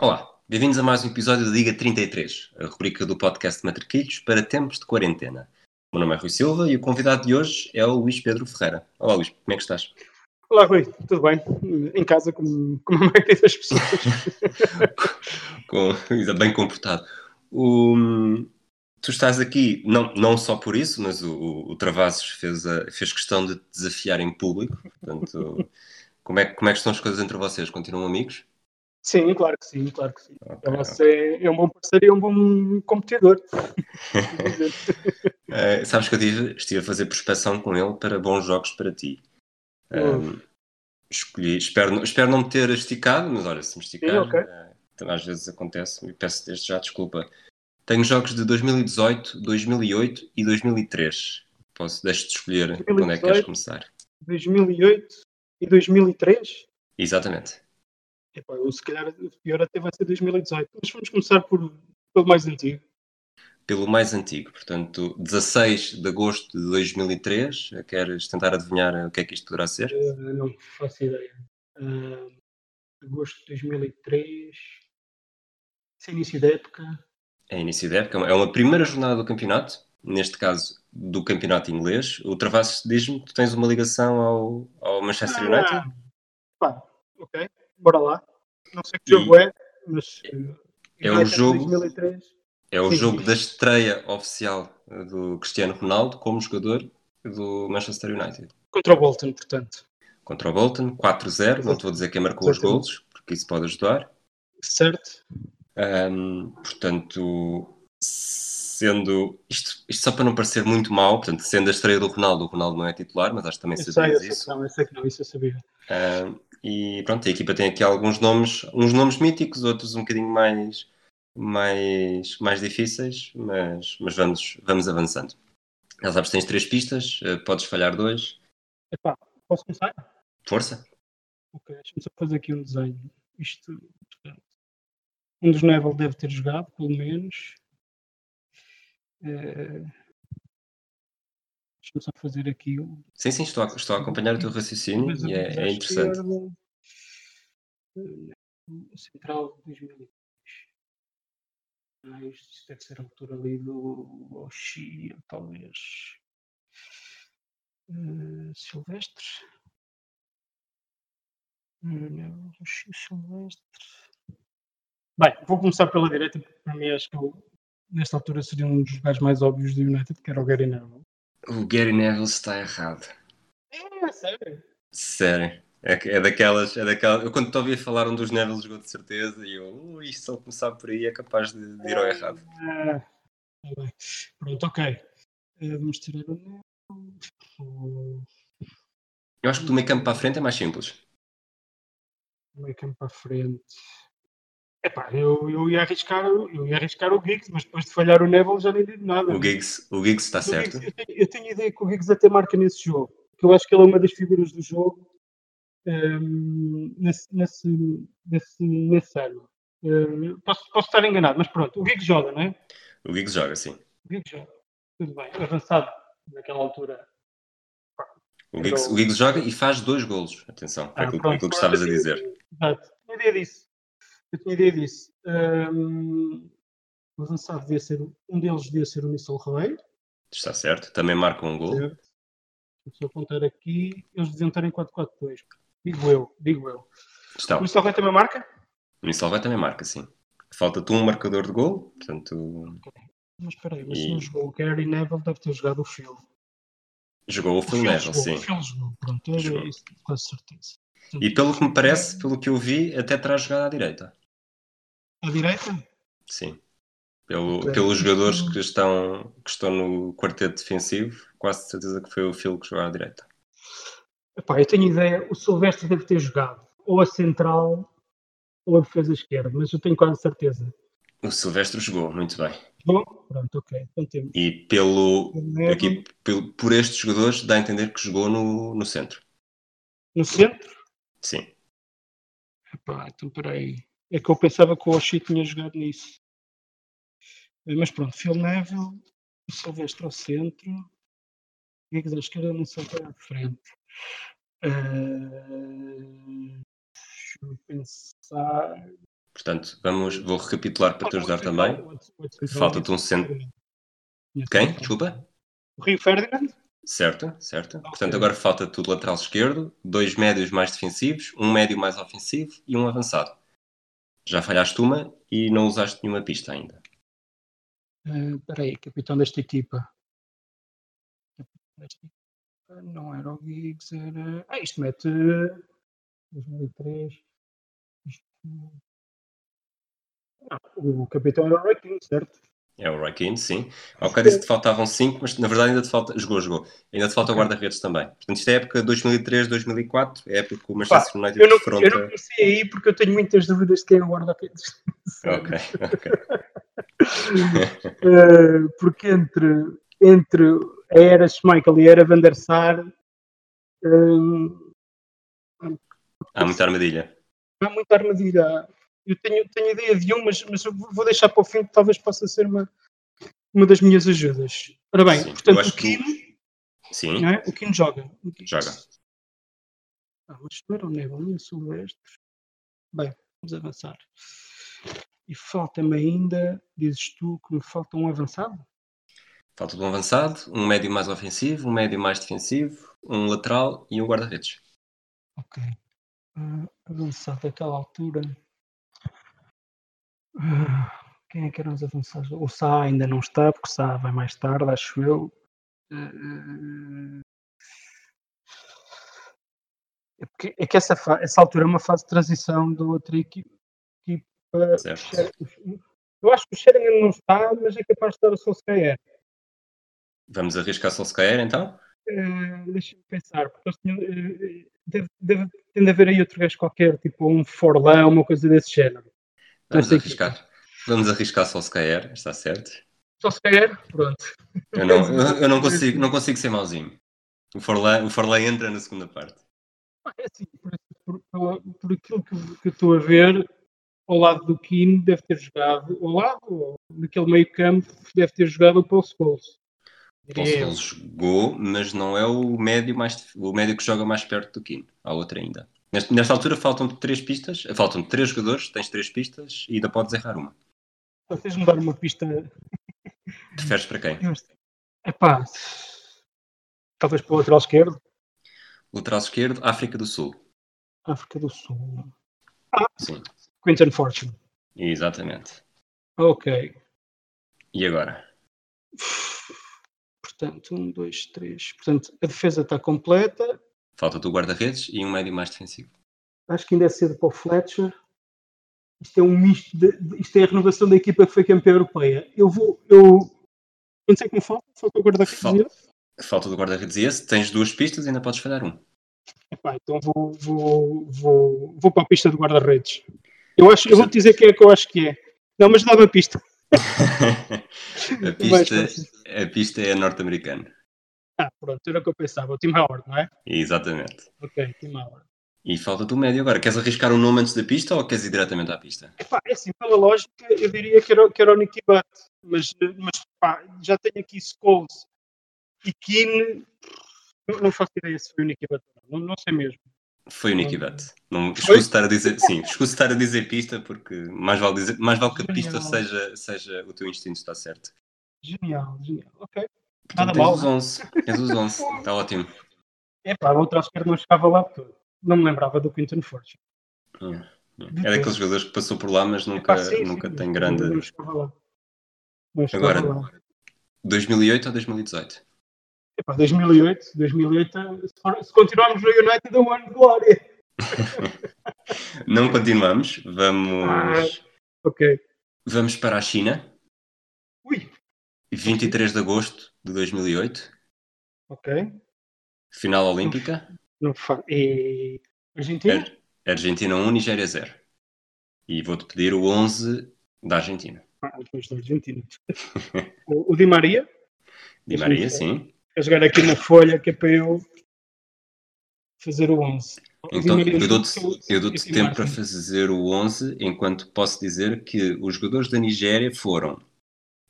Olá, bem-vindos a mais um episódio do Liga 33, a rubrica do podcast Matriquilhos para tempos de quarentena. O meu nome é Rui Silva e o convidado de hoje é o Luís Pedro Ferreira. Olá Luís, como é que estás? Olá Rui, tudo bem? Em casa como, como a maioria das pessoas. Com, bem comportado. O- tu estás aqui não, não só por isso, mas o, o, o Travassos fez, a- fez questão de te desafiar em público. Portanto, como é, que- como é que estão as coisas entre vocês? Continuam amigos? Sim, claro que sim, claro que sim. Ok, Ele é, é um bom parceiro e é um bom competidor. Eh, sabes que eu tive, estive a fazer prospeção com ele para bons jogos para ti. Ahm, escolhi, espero, não- espero não me ter esticado, mas olha, se me esticar, Sim, ok. eh, então às vezes acontece, e peço desde já desculpa. Tenho jogos de 2018, 2008 e 2003. Posso, deixo-te escolher quando é que queres 2018. começar. 2008 e 2003? Exatamente. Epá, eu, se calhar o pior até vai ser 2018. Mas vamos começar por, pelo mais antigo. Pelo mais antigo, portanto, 16 de agosto de 2003. Queres tentar adivinhar o que é que isto poderá ser? Eh, não faço ideia. Ah, agosto de 2003. Sem início da época. É início da época, é uma primeira jornada do campeonato, neste caso do campeonato inglês. O Travassos diz-me que tu tens uma ligação ao, ao Manchester United. Ah, pá, ok, bora lá. Não sei que E- jogo é, mas. eh, É o United de jogo- 2003. É o Sim, jogo sim. da estreia oficial eh, do Cristiano Ronaldo como jogador do Manchester United. Contra o Bolton, portanto. Contra o Bolton, 4-0. Não te vou dizer quem marcou os Exatamente. golos, porque isso pode ajudar. Certo? Ahm, portanto, sendo. Isto, isto só para não parecer muito mau, portanto, sendo a estreia do Ronaldo, o Ronaldo não é titular, mas acho que também Eu sei, eu sabias sei isso. que não, eu sei que não, isso eu sabia. Ah, e pronto, a equipa tem aqui alguns nomes, uns nomes míticos, outros um bocadinho mais, mais, mais difíceis, mas, mas vamos, vamos avançando. Já sabes, tens três pistas, eh, podes falhar dois. Epá, posso começar? Força? Ok, deixa-me só fazer aqui um desenho. Isto, portanto. Um dos Neville deve ter jogado, pelo menos. Eh, Deixa-me só fazer aqui um. Sim, sim, estou a, estou a acompanhar o teu raciocínio Mas e mas é, é acho que interessante. era um- um Central de 2003. Ah, isto, isto deve ser a altura ali do Oxia, talvez. Eh, Silvestre. Não, não, Oxia, Silvestre. Bem, vou começar pela direita, porque para mim acho que eu, nesta altura seria um dos gajos mais óbvios do United, que era o Gary Neville. O Gary Neville está errado. É, sério? Sério. É, que- é daquelas, é daquelas. Eu quando te ouvia falar um dos Neville jogou de certeza e eu, "Ui, isto só começar por aí é capaz de, de ir ao errado. Ah, tá bem. Pronto, ok. Eh, vamos tirar o Nero. O Eu acho que do meio campo para a frente é mais simples. meio campo para a frente. Epá, eu, eu, ia arriscar, eu ia arriscar o Giggs, mas depois de falhar o Neville já nem digo nada. O Giggs, o Giggs está O certo. Giggs, eu, tenho, eu tenho ideia que o Giggs até marca nesse jogo. Que eu acho que ele é uma das figuras do jogo ehm, nesse, nesse, nesse, nesse ano. Eh, posso, posso estar enganado, mas pronto, o Giggs joga, não é? O Giggs joga, sim. Giggs joga. Tudo bem, avançado naquela altura. O Giggs, o Giggs joga e faz dois golos. Atenção, é Então- Ah, aquilo, pronto. aquilo que estavas a dizer. Exato. Eu tinha ideia disso. Eu tinha ideia disso. Hum, Ahm, o avançado devia ser, um deles devia ser o Nissel Roy. Está certo. Também marca um gol. Certo. Se eu contar aqui, eles deviam estar em 4-4-2. Digo eu, digo eu. O Estão. Nissel Roy também marca? O Nisselvai também marca, sim. Falta-te um marcador de gol. Portanto, Mas espera aí, mas se E- não jogou o Gary Neville, deve ter jogado o Phil. jogou o O Phil Neville, jogou, sim. O Phil jogou, pronto, era Jogou. isso, com certeza. E pelo que me parece, pelo que eu vi, até traz jogada à direita. À direita? Sim. Pelo- Ok. Pelos jogadores que estão, que estão no quarteto defensivo, quase certeza que foi o Phil que jogou à direita. Epá, eu tenho ideia, o Silvestre deve ter jogado ou a central ou a defesa esquerda, mas eu tenho quase certeza. O Silvestre jogou, muito bem. Bom, pronto, ok. Então temos. E pelo, o Neves aqui pelo- por estes jogadores dá a entender que jogou no, no centro. No centro? Sim. Epá, então peraí. É que eu pensava que o Oxi tinha jogado nisso. Eh, Mas pronto, Phil Neville, o Silvestre ao centro, Giggs à esquerda, não sei é à frente. Eh, Deixa-me pensar. Portanto, vamos, vou recapitular para te ajudar também. Falta-te um centro. Quem? Desculpa? O Rio Ferdinand? Certo, certo. Portanto, agora falta-te o lateral esquerdo, dois médios mais defensivos, um médio mais ofensivo e um avançado. Já falhaste uma e não usaste nenhuma pista ainda. Espera aí, Eh, capitão desta equipa. Capitão desta equipa não era o Giggs, era. Ah, isto mete. 2003. Isto... Ah, o capitão era o Roy King, certo? É o Roy Keane, sim. Ok, disse que te faltavam 5, mas na verdade ainda te falta. Jogou, jogou. Ainda te falta o guarda-redes também. Portanto, isto é a época 2003, Pá, 2004, é a época que o Manchester United Eu não, confronta. eu não comecei aí porque eu tenho muitas dúvidas de quem é o guarda-redes. Ok, ok. Eh, porque entre, entre a era Schmeichel e a era Van der Sar eh, Há muita armadilha. há muita armadilha. Eu tenho, tenho ideia de um, mas, mas eu vou deixar para o fim, que talvez possa ser uma, uma das minhas ajudas. Ora bem, Sim, eu portanto, acho o Kino, Sim, não é? o Kino joga. Joga. Ah, mas espera, o Nebel e o Silvestre. Bem, vamos avançar. E falta-me ainda, dizes tu, que me falta um avançado? falta um avançado, um médio mais ofensivo, um médio mais defensivo, um lateral e um guarda-redes. Ok. Ah, avançado daquela altura. Ah, quem é que eram os avançados? O Sá ainda não está, porque o Sá vai mais tarde, acho eu. Ah, ah, É, porque- é que essa, fa- essa altura é uma fase de transição da outra equipa. Certo. Eu acho que o Sheringham não está, mas é capaz de estar o Solskjaer. Vamos arriscar Solskjaer então? Eh, Deixa-me pensar, porque eles tinham, eh, deve, deve, tem de haver aí outro gajo qualquer, tipo um Forlán, uma coisa desse género. Vamos Essa arriscar. Vamos arriscar Solskjaer, está certo. Só se calhar, pronto. Eu não, eu, eu não, consigo, não consigo ser mauzinho. O Forlan, o Forlan entra na segunda parte. Pá, é assim, por, por- pela- por aquilo que, que eu estou a ver, ao lado do Keane deve ter jogado, ao lado, ou naquele meio campo, deve ter jogado o Paul Scholes. É, Paul Diria eu. Scholes jogou, mas não é o médio, mais, o médio que joga mais perto do Kino. Há outra ainda. Nesta, nesta altura faltam-te três pistas, faltam três jogadores, tens três pistas e ainda podes errar uma. Vocês me dar uma pista. Preferes para quem? Epá, talvez para o lateral esquerdo, Lateral esquerdo, África do Sul. África do Sul. Sim, Quentin Fortune. exatamente. Ok. E agora? Portanto, um, dois, três. Portanto, a defesa está completa. Falta-te o guarda-redes e um médio mais defensivo. acho que ainda é cedo para o Fletcher. Isto é um misto, de, de- isto é a renovação da equipa que foi campeã europeia. Eu vou, eu não sei como falta, falta o Falta. guarda-redes. Falta do guarda-redes e esse, tens duas pistas e ainda podes falhar um. Epá, Então vou, vou, vou, vou para a pista de guarda-redes. Eu acho, eu vou te dizer quem é que eu acho que é. Não, mas dá-me a pista. a, Um Mais pista, fácil. a pista é norte-americana. Ah, pronto, era o que eu pensava. O Tim Howard, não é? Exatamente. Ok, Tim Howard. E falta do médio agora. Queres arriscar o nome antes da pista ou queres ir diretamente à pista? Epá, é assim, pela lógica, eu diria que era, o- que era o Nicky Butt, mas, eh, mas pá, já tenho aqui Scholes e Keane. Não, não faço ideia se foi o Nicky Butt, não, não sei mesmo. Foi o Nicky Butt. Não, Foi? escuso estar a dizer, sim, escuso estar a dizer pista porque mais vale, dizer, mais vale que a pista Genial. seja, seja o teu instinto está certo. Genial, genial. Ok. Nada Portanto, tens mal, os 11. Tens os 11. Está ótimo. Epá, o outro esquerda não chegava lá tudo. Não me lembrava do Quinton Forge. É daqueles jogadores que passou por lá, mas nunca, Epá, É sim, nunca sim, tem Não grande. chegava lá. Não chegava Agora- lá. 2008 ou 2018? Epá, 2008, 2008, se, for- se continuarmos no United, é um ano de glória. Não continuamos. Ah. Vamos, Ok. vamos para a China. Ui, 23 de agosto de 2008. ok. Final olímpica. Não fa... e... Argentina? Ar- Argentina 1, Nigéria 0. E vou-te pedir o 11 da Argentina. Ah, depois da Argentina. o, o Di Maria, Di Sim, Maria, sim. sim. a jogar aqui na folha, que é para eu fazer o 11. O Di Então, Maria eu dou-te jogou- eu dou-te Di tempo Maria. para fazer o 11, enquanto posso dizer que os jogadores da Nigéria foram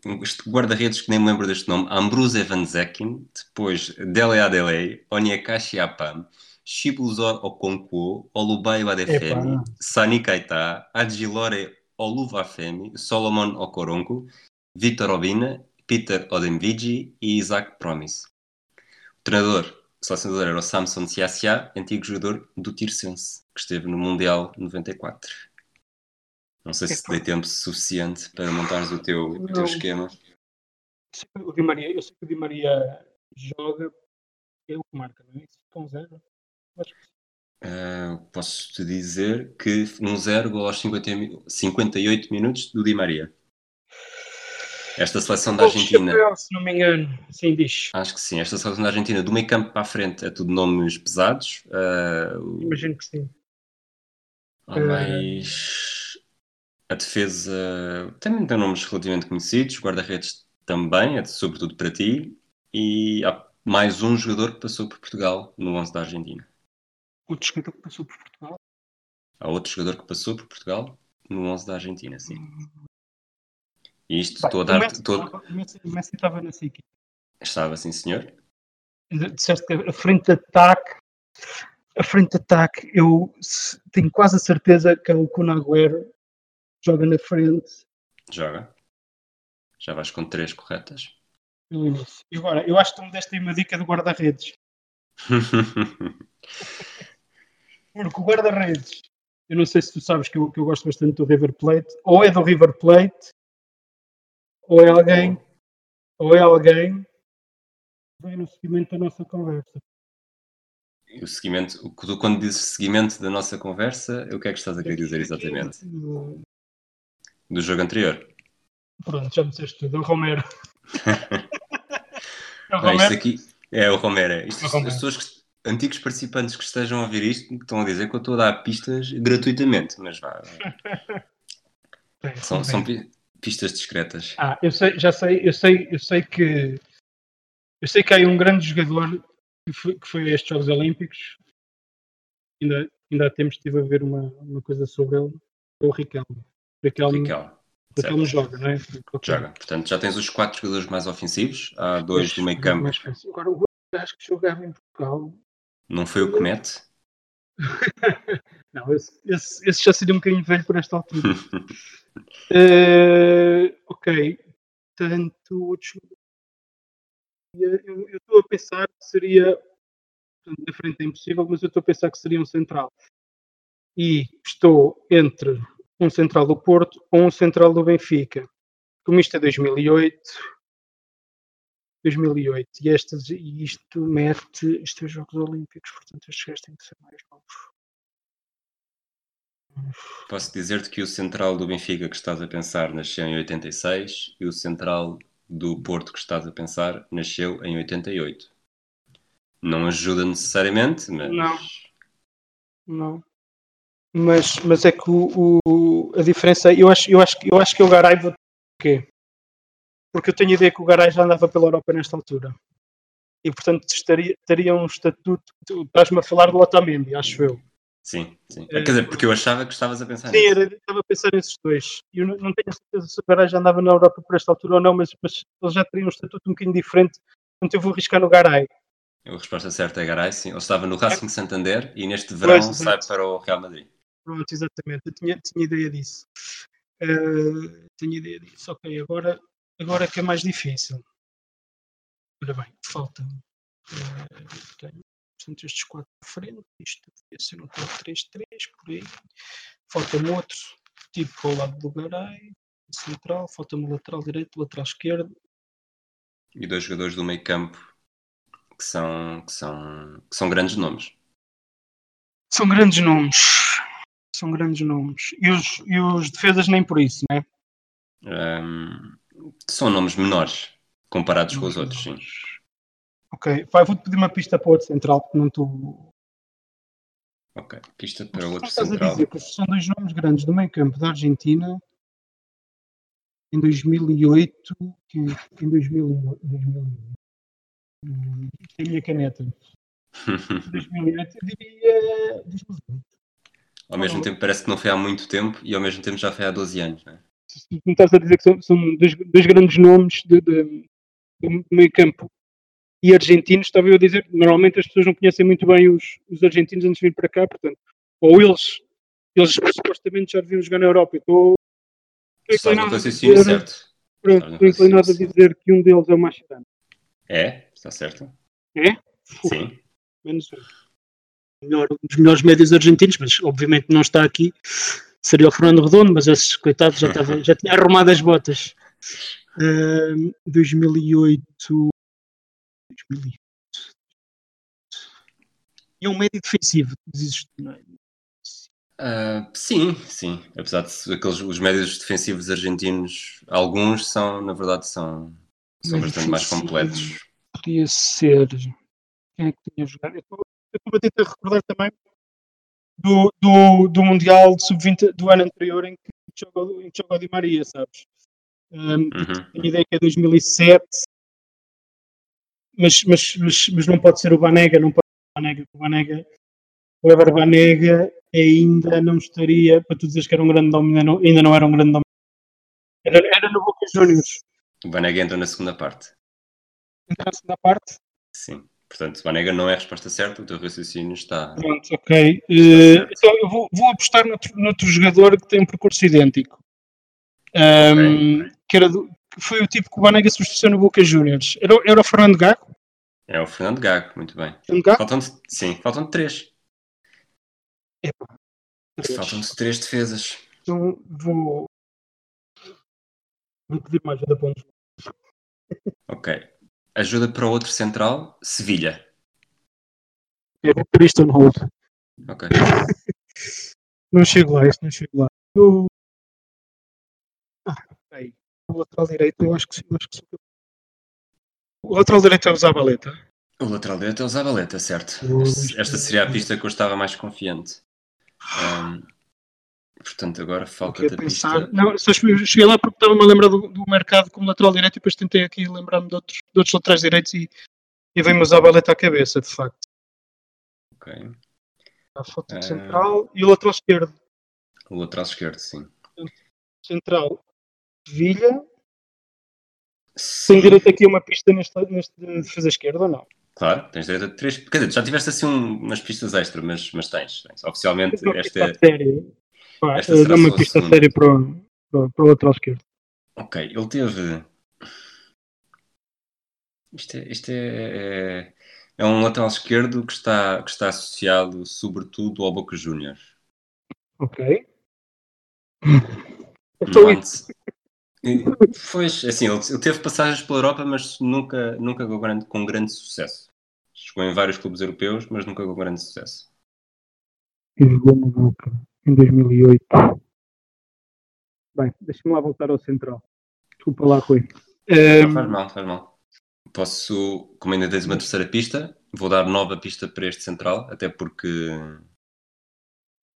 um este guarda-redes que nem me lembro deste nome, Ambrose Evanzekin, depois Dele Adele, Onyekashi Apam, Shibuzo Okonkwo, Olubayo Adefemi, Epá. Sani Kaita, Adjilore Oluvafemi, Solomon Okoronko, Vitor Obina, Peter Odemvigi e Isaac Promise. O treinador, o selecionador era o Samson Siasia, antigo jogador do Tirsense, que esteve no Mundial 94. Não sei se te dei tempo suficiente para montares o teu, o teu Não. esquema. sei que o Di Maria, eu sei que o Di Maria joga, é o que marca, não é? Isso fica um zero. Acho que Ah, posso te dizer que um 0 gol aos 50 mi- 58 minutos do Di Maria. Esta seleção da Gol de Argentina. chapéu, se não me engano, sim, diz. Acho que sim, esta seleção da Argentina, do meio campo para a frente, é tudo nomes pesados. Ah, o- Imagino que sim. há mais. Ah, A defesa também tem nomes relativamente conhecidos, guarda-redes também, é de- sobretudo para ti. E há mais um jogador que passou por Portugal no 11 da Argentina. O descritor que passou por Portugal. Há outro jogador que passou por Portugal no 11 da Argentina, sim. E isto Bem, estou a o dar. Messi estou- estava- O Messi- o Messi estava nessa equipe. Estava sim, senhor. Disseste que a frente de ataque. A frente de ataque, eu se- tenho quase a certeza que é o Kun Agüero joga na frente Joga. Já vais com três corretas. no início. E agora, eu acho que tu me deste aí uma dica do guarda-redes. Porque o guarda-redes, eu não sei se tu sabes que eu, que eu gosto bastante do River Plate, ou é do River Plate, ou é alguém, ou é alguém que vem no seguimento da nossa conversa. E o seguimento, o que tu, quando dizes seguimento da nossa conversa, o que é que estás a querer dizer exatamente? Aqui, Do jogo anterior. Pronto, já me disseste tudo. É o Romero. é o Ah, isto Romero. aqui é o Romero. Isto, O Romero. As pessoas que- antigos participantes que estejam a ouvir isto estão a dizer que eu estou a dar pistas gratuitamente, mas vá. Bem, São, bem. são pi- pistas discretas. Ah, eu sei, já sei, eu sei, eu sei que eu sei que há aí um grande jogador que foi, que foi a estes Jogos Olímpicos. Ainda, ainda há tempos estive a ver uma, uma coisa sobre ele. É o Riquelme. Riquelme, Riquelme, Raquel, certo. joga, não é? joga. Portanto, já tens os quatro jogadores mais ofensivos. Há dois do meio Mas- campo. mas penso, Agora, o outro gajo que jogava em Portugal. Não foi o que mete. Não, esse, esse- esse já seria um bocadinho velho para esta altura. Eh, ok. Portanto, outros- eu eu- eu estou a pensar que seria. Portanto, da frente é impossível, mas eu estou a pensar que seria um central. E estou entre um central do Porto ou um central do Benfica. Como isto é 2008. 2008. E, estas, e isto mete estes Jogos Olímpicos, portanto, estes gajos têm que ser mais novos. Posso dizer-te que o central do Benfica que estás a pensar nasceu em 86 e o central do Porto que estás a pensar nasceu em 88. Não ajuda necessariamente, mas Não. Não. Mas, mas é que o, o- a diferença. Eu acho, eu, acho, que- eu acho que o Garay. Vou... Porquê? Porque eu tenho a ideia que o Garay já andava pela Europa nesta altura. E portanto estaria, teria um estatuto. Tu estás-me a falar do Otamendi, acho eu. sim, sim. Quer É. dizer, porque eu achava que estavas a pensar Sim, nisso. era, estava a pensar nesses dois. E Eu não, não tenho a certeza se o Garay já andava na Europa por esta altura ou não, mas, mas ele já teria um estatuto um bocadinho diferente. Portanto, eu vou arriscar no Garay. A resposta certa é Garay, sim. Ele estava no Racing de Santander e neste verão Pois, sai exato. para o Real Madrid. Pronto, exatamente. Eu tinha, tinha ideia disso. Eh, tinha ideia disso. Ok, agora, agora é que é mais difícil. Ora bem, falta. eh, tenho, portanto, estes quatro à frente. Isto devia ser um 4-3-3, por aí. Falta-me outro, tipo ao lado do Garay, central. Falta-me o lateral direito, lateral esquerdo. E dois jogadores do meio campo que são, que são, que são grandes nomes. São grandes nomes. São grandes nomes. E os, e os defesas nem por isso, né? Ahm, são nomes menores comparados com os outros, sim. Ok, vai, vou-te pedir uma pista para o outro central, porque não estou. Ok, pista para o Não outro estás a central. dizer que são dois nomes grandes do meio campo da Argentina em 2008. Que, em 2008. 2008. Hum, tem a minha caneta. 2008, eu diria. 2008. ao mesmo tempo parece que não foi há muito tempo e ao mesmo tempo já foi há 12 anos. Né? Se tu me estás a dizer que são, são dois, dois grandes nomes de, de- do meio campo e argentinos, estava eu a dizer que normalmente as pessoas não conhecem muito bem os, os argentinos antes de vir para cá, portanto, ou eles, eles supostamente já deviam jogar na Europa. Eu estou Estás no um raciocínio certo. Pronto, estou inclinado a dizer que um deles é o Mascherano. É, está certo. É? Fuga. Sim. Menos um. Melhor- um dos melhores médios argentinos, mas obviamente não está aqui. Seria o Fernando Redondo, mas esses coitados já, tava, já tinha arrumado as botas. Ahm, 2008. 2008. E é um médio defensivo, dizes tu, não é? Ah, sim, sim. Apesar de se- aqueles, os médios defensivos argentinos, alguns são, na verdade, são, são Médio bastante mais defensivo. completos. Podia ser. Quem é que tinha jogado? Eu estou- eu estou a tentar recordar também do, do, do Mundial de Sub-20 do ano anterior em que jogou, em que jogou Di Maria, sabes? Ahm, Uhum. tenho ideia que é 2007, mas, mas, mas, mas não pode ser o Banega, não pode ser o Banega, o Banega, o Ever Banega ainda não estaria, para tu dizeres que era um grande domínio, ainda não, ainda não era um grande domínio. Era, era no Boca Juniors, O Banega entra na segunda parte. então na segunda parte, Sim. Portanto, o Banega não é a resposta certa, o teu raciocínio está. pronto, ok. Eh, então eu vou, vou apostar noutro, noutro jogador que tem um percurso idêntico. Ahm, que, era do- que foi o tipo que o Banega substituiu no Boca Juniors. Era, o- era o Fernando Gago? É o Fernando Gago, muito bem. Fernando Gago? Faltam-te, sim, faltam-te três. Faltam-te três defesas. Então vou. Vou pedir mais ajuda para um dos- Ok. Ajuda para o outro central, Sevilha. É o Christian Holt. Ok. Não chego lá, isto não chego lá. Eu. Ah, peraí. O lateral direito, eu acho que sim, eu acho que sim. O lateral direito é o Zabaleta. O lateral direito é o Zabaleta, certo? Ui, Este- Esta seria a pista que eu estava mais confiante. Ahm, portanto, agora Fiquei falta-te a a pista. é pensar. Não, só che- cheguei lá porque estava-me a lembrar do, do mercado como lateral direito e depois tentei aqui lembrar-me de outros, de outros laterais direitos e, e veio-me o Zabaleta à cabeça, de facto. Ok. A foto Ah. de central e o lateral esquerdo. O lateral esquerdo, sim. Central, Vilha. Sim, Tem direito aqui a uma pista neste, neste de defesa esquerda ou não? Claro, tens direito a três. Quer dizer, já tiveste assim um- umas pistas extra, mas, mas tens, tens. Oficialmente, Uma esta é- pista séria. Pá, esta eh, será dá uma só a pista segunda. séria para o, para, o- para o lateral esquerdo. Ok, ele teve. Isto é, isto é, é- é um lateral esquerdo que está, que está associado sobretudo ao Boca Júnior. Ok. Então, Hum. Não há de- E- Pois, assim, ele, ele teve passagens pela Europa, mas nunca, nunca com, grande, com grande sucesso. Chegou em vários clubes europeus, mas nunca com grande sucesso. que jogou no Boca em 2008. Bem, deixa-me lá voltar ao central. Desculpa lá, Rui. Eh, Não faz mal, faz mal. Posso, como ainda tens uma terceira pista, vou dar nova pista para este central, até porque.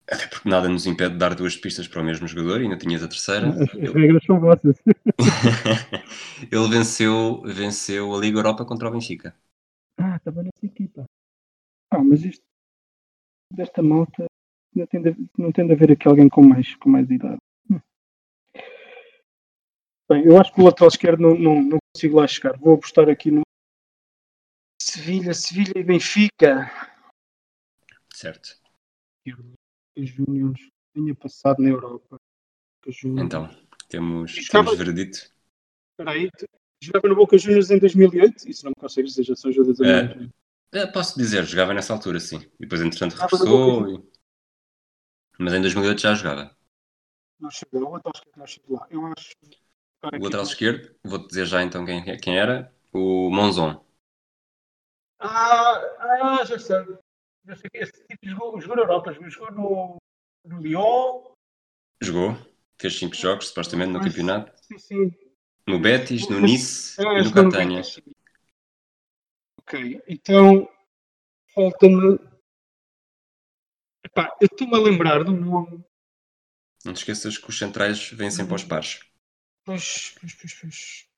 Até porque nada nos impede de dar duas pistas para o mesmo jogador, e ainda tinhas a terceira. as, as Ele, regras são vossas. ele venceu, venceu a Liga Europa contra o Benfica. Ah, estava nessa equipa. Ah, mas isto desta malta não tem de, não tem de haver aqui alguém com mais, com mais idade. Hum. Bem, eu acho que o lateral esquerdo não, não, não consigo lá chegar. Vou apostar aqui no Sevilha, Sevilha e Benfica. Certo. Os Júniors tinha passado na Europa. Os Júniors. Então, temos, Ficava- temos verdito. Espera aí, tu- jogava no Boca Juniors em 2008? Isso não me consegues dizer, já são ajudas a É. mim. Eh, Posso dizer, jogava nessa altura, sim. E depois, entretanto, Ah, mas regressou. e- Mas em 2008 já jogava. Não chegou, o lateral esquerdo não chegou lá. Eu acho. O lateral esquerdo, vou-te dizer já então quem, quem era. O Monzon. Ah, ah, já sei. Já sei que esse tipo jogou, jogou na Europa, jogou, jogou no, no Lyon. Jogou. Fez 5 jogos, supostamente, no Pois. campeonato. Sim, sim. No Betis, no Mas- Nice Ah, e no jogou no Catania. Betis. Ok, então falta-me. Epá, eu estou-me a lembrar do nome. Não te esqueças que os centrais vêm sempre Uhum. aos pares. Pois, pois, pois, pois.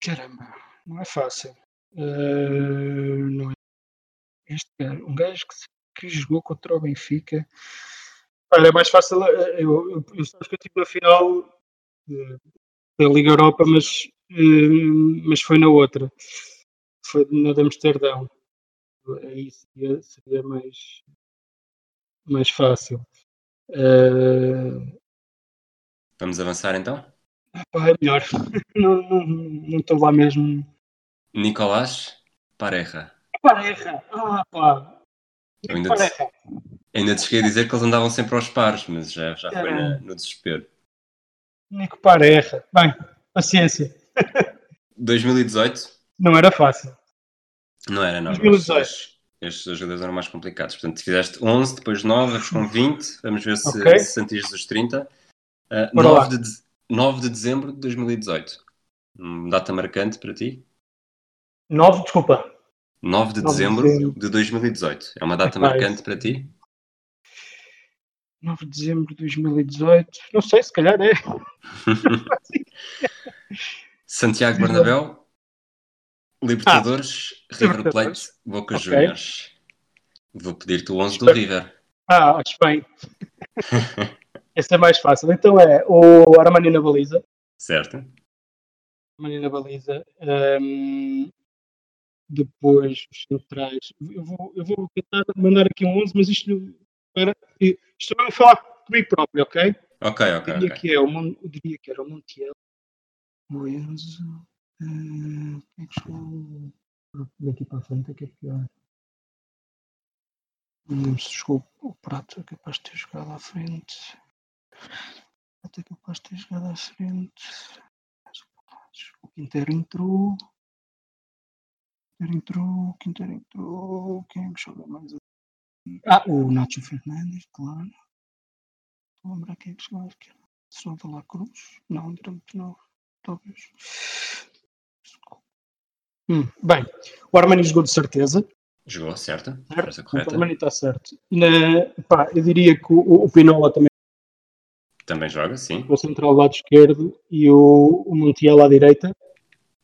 Caramba, não é fácil. Eh, não é. Este gajo, um gajo que, se- que jogou contra o Benfica. Pá, Era mais fácil. eh, Eu, eu, eu sabes que eu estive na final eh, da Liga Europa, mas, eh, mas foi na outra. Foi na de Amsterdão. Aí seria, seria mais, mais fácil. Eh, Vamos avançar então? Pá, é melhor. Não estou não, estou lá mesmo. Nicolás Pareja. Pareja! Ah, pá! Eu ainda te- Pareja! Ainda te cheguei a dizer que eles andavam sempre aos pares, mas já, já foi Caralho. na- no desespero. Nico Pareja. Bem, paciência. 2018 Não era fácil. não era, não. 2018. Estes, estes dois jogadores eram mais complicados. Portanto, tu fizeste 11, depois 9, depois com 20. Vamos ver se, Ok. se sentires os 30. Ah, Bora 9, de, de- 9 de dezembro de 2018. Hum, Data marcante para ti? 9, desculpa. 9 de 9 de dezembro dezembro. de 2018. É uma data Epá, marcante para ti? 9 de dezembro de 2018. Não sei, se calhar é. Santiago Bernabéu, Libertadores, River Plate, Ah, Libertadores. Boca Ok. Juniors. Vou pedir-te o 11 do Espero- River. Ah, acho bem. Esse é mais fácil. Então é o Armani na baliza. Certo? Armani na baliza. Ahm, depois os centrais. Eu vou, eu vou tentar mandar aqui um 11, mas isto. Espera, isto vai falar comigo próprio, ok? Ok, ok, Eu ok. diria, que é o, Mon- eu diria que era o Montiel, o Enzo. eh, quem é que chegou? Ah, Daqui para a frente é que é pior. Não me lembro se chegou o Prato, é capaz de ter jogado à frente. Prato é capaz de ter jogado à frente. Mas o Prato- O Quintero entrou. O Quintero entrou, o Quintero entrou. Quem é que joga mais? aqui? Ah, o Nacho Fernandes, claro. Vou lembrar quem é que chegou à esquerda. Sou de La Cruz? Não, era muito novo. Talvez. Hum, bem, o Armani jogou de certeza. Jogou, certo? é Certo. Então, Resposta O correta. Armani está certo. Na, pá, eu diria que o, o Pinola também Também joga, sim. jogou central lado esquerdo e o, o Montiel à direita,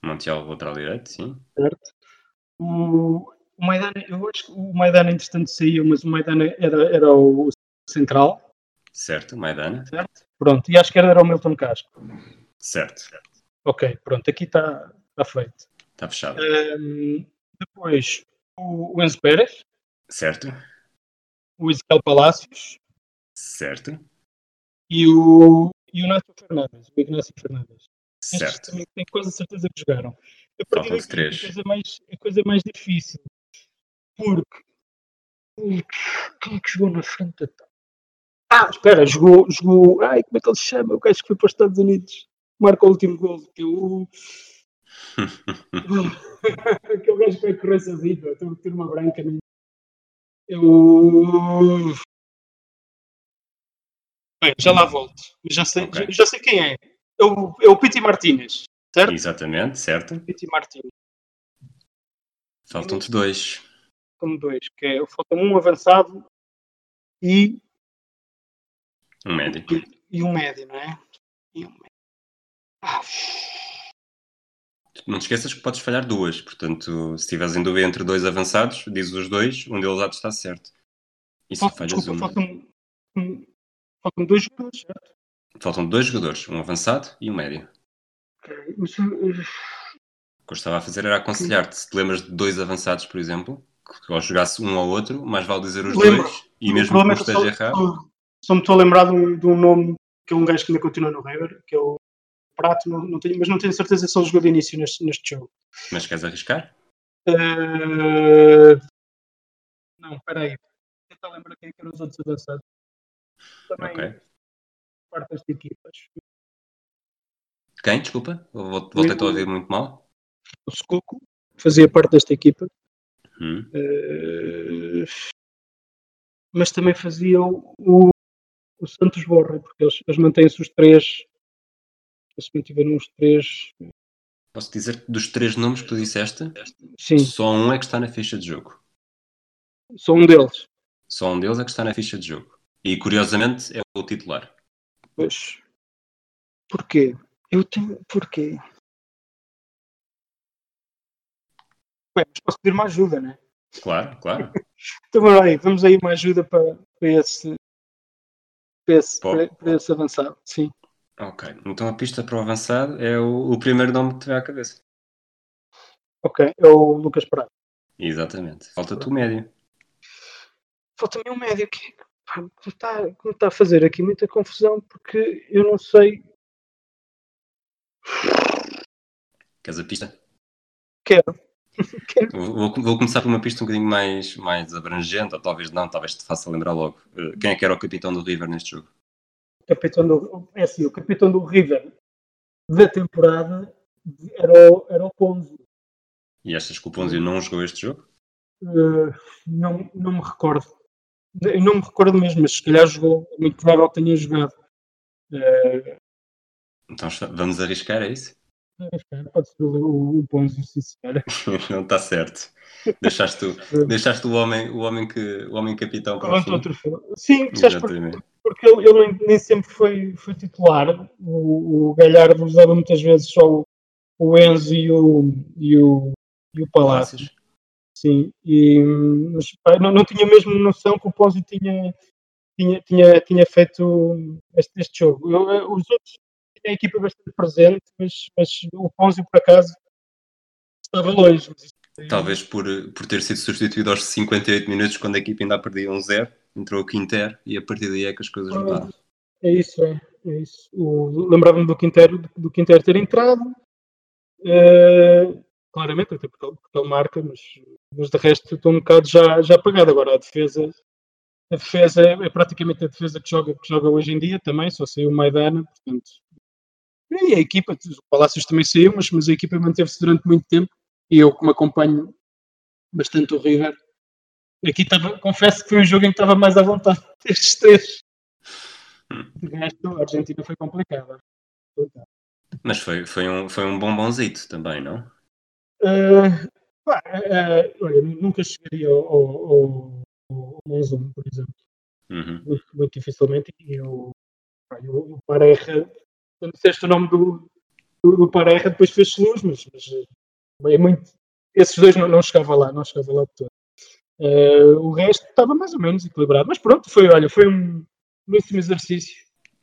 Montiel, lateral direito, sim. certo? O, o Maidana, eu acho que o Maidana, entretanto, saiu, mas o Maidana era, era o central, Certo, Maidana. pronto, e à esquerda era o Milton Casco. Certo. Ok, pronto, aqui está está feito. Está fechado. Ahm, depois o, o Enzo Pérez, Certo? o Ezequiel Palacios Certo? e o, e o Nacho Fernandes, o Ignacio Fernandes. Estes Certo. também tenho quase certeza que jogaram. A partir Faltam-te daqui é três. a coisa, mais, a coisa mais difícil. Porque. Putz, Quem é que jogou na frente da ta- Ah, espera, jogou, jogou. Ai, como é que ele se chama? O gajo que foi para os Estados Unidos. Marca o último gol. Que é o... Aquele gajo que vai correr sozinho. Estou a meter uma branca. Não... É o. Bem, já lá volto. Mas já sei, Ok. já, já sei quem é. É o, é o Piti Martínez. Certo? Exatamente, certo. Piti Martínez, Faltam-te dois. como dois, que é falta um avançado e, Um médio. e um médio, não é? E um médio. Ah, Não te esqueças que podes falhar duas. Portanto, se estiveres em dúvida entre dois avançados, dizes os dois, um deles há de estar certo. E se falta, falhas desculpa, uma. faltam, um- faltam dois jogadores. certo? Faltam dois jogadores, um avançado e um médio. Ok, mas, uh, O que eu estava a fazer era aconselhar-te, se te lembras de dois avançados, por exemplo, que ao jogasse um ao outro, mais vale dizer os Lembro. dois, e o mesmo que não problema é eu esteja errado. só, só me estou a lembrar de um, de um nome que é um gajo que ainda continua no River, que é o Prato, não, não tenho, mas não tenho certeza se ele jogou de início neste, neste jogo. Mas queres arriscar? Eh, Não, peraí. Tentar lembrar quem é que eram os outros avançados. Também Ok. parte das equipas. Quem? Desculpa? Eu vol- Voltei-te a ouvir muito mal. O Secuco fazia parte desta equipa. Hum. eh, Mas também fazia o, o, o Santos Borra, porque eles, eles mantêm-se os três. Eles mantiveram um, os três. Posso dizer que dos três nomes que tu disseste, Sim, só um é que está na ficha de jogo. só um deles. Só um deles é que está na ficha de jogo. E curiosamente é o titular. Pois. Porquê? Eu tenho. Porquê? Ué, mas posso pedir uma ajuda, né? Claro, claro. Então bora aí, vamos aí uma ajuda para, para esse. Para esse, Bom. para, para esse avançado, sim. Ok. Então a pista para o avançado é o, o primeiro nome que te vem à cabeça. Ok, é o Lucas Prado. Exatamente. Falta-te o médio. Falta também um médio que pá, que me está, que me está a fazer aqui muita confusão porque eu não sei Queres a pista? Quero. Quero. Vou, vou- vou começar por uma pista um bocadinho mais, mais abrangente, ou talvez não, talvez te faça lembrar logo. Eh, Quem é que era o capitão do River neste jogo? Capitão do, é assim, o capitão do River da temporada era o, era o Ponzi. E achas que o Hum. Ponzio não jogou este jogo? Uh, não, não me recordo. Eu não me recordo mesmo, mas se calhar jogou, é muito provável que tenha jogado. Uh, Então está- vamos arriscar, é isso? mas, cara, pode ser o, o Ponzi, sim, senhora. não está certo. Deixaste, o- deixaste o, homem, o, homem que, o homem capitão para o Levantou o fim. troféu. Sim, percebes porque, Exatamente. porque ele, ele nem, nem sempre foi, foi titular. O, o Galhardo usava muitas vezes só o, o Enzo e o, e o, e o Palácios. Sim, e, mas pá, não, não tinha mesmo noção que o Ponzi tinha, tinha, tinha, tinha feito este, este jogo. Eu, eh, os outros tinha a equipa bastante presente, mas, mas o Ponzi, por acaso, estava longe. Mas isso foi- Talvez por, por ter sido substituído aos 58 minutos, quando a equipa ainda perdia um zero, entrou o Quinter e a partir daí é que as coisas mudaram. É isso, é. é isso. O- Lembrava-me do Quintero, do Quintero ter entrado. eh, claramente, até porque ele, porque ele marca, mas, mas de resto estou um bocado já, já apagado. Agora a defesa, a defesa é, é praticamente a defesa que joga, que joga hoje em dia também, só saiu o Maidana, portanto. E a equipa, o Palácios também saiu, mas, mas a equipa manteve-se durante muito tempo e eu como acompanho bastante o River. Aqui estava, confesso que foi um jogo em que estava mais à vontade destes três. De resto, a Argentina foi complicada. Mas foi, foi, um, foi um bombonzito também, não? Ah, pá, ah, olha, nunca chegaria ao, ao, ao, ao 11-1, por exemplo, Uhum. muito, muito dificilmente. E o, pá, e o, o Pareja, quando disseste o nome do, do, do Pareja, depois fez-se luz, mas, mas eh, é muito. Esses dois não, não chegava lá, não chegava lá de todo. Ah, o resto estava mais ou menos equilibrado, mas pronto, foi, olha, foi um belíssimo exercício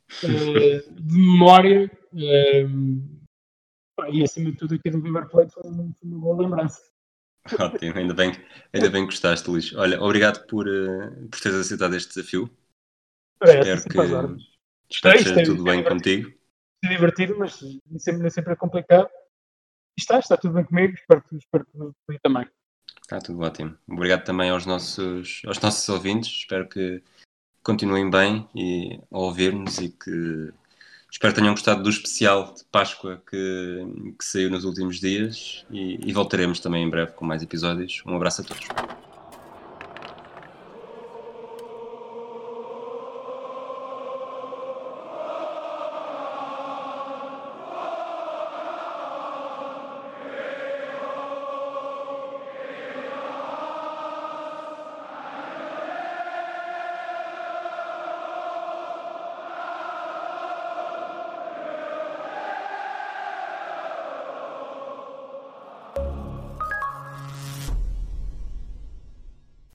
eh, de memória. eh, Pá, E acima de tudo, aquele River Plate foi uma, foi uma boa lembrança. Ótimo, ainda bem, que- ainda bem que gostaste, Luís. Olha, obrigado por, eh, por teres aceitado este desafio. Parece, espero sempre às que, espero ordens. que Gostei, seja gostei. tudo bem contigo. É divertido, mas nem sempre, nem sempre é complicado. E está, está tudo bem comigo. Espero que espero que tudo bem também. Está Tá tudo ótimo. Obrigado também aos nossos, aos nossos ouvintes. Espero que continuem bem e a ouvir-nos e que espero que tenham gostado do especial de Páscoa que, que saiu nos últimos dias e, e voltaremos também em breve com mais episódios. Um abraço a todos.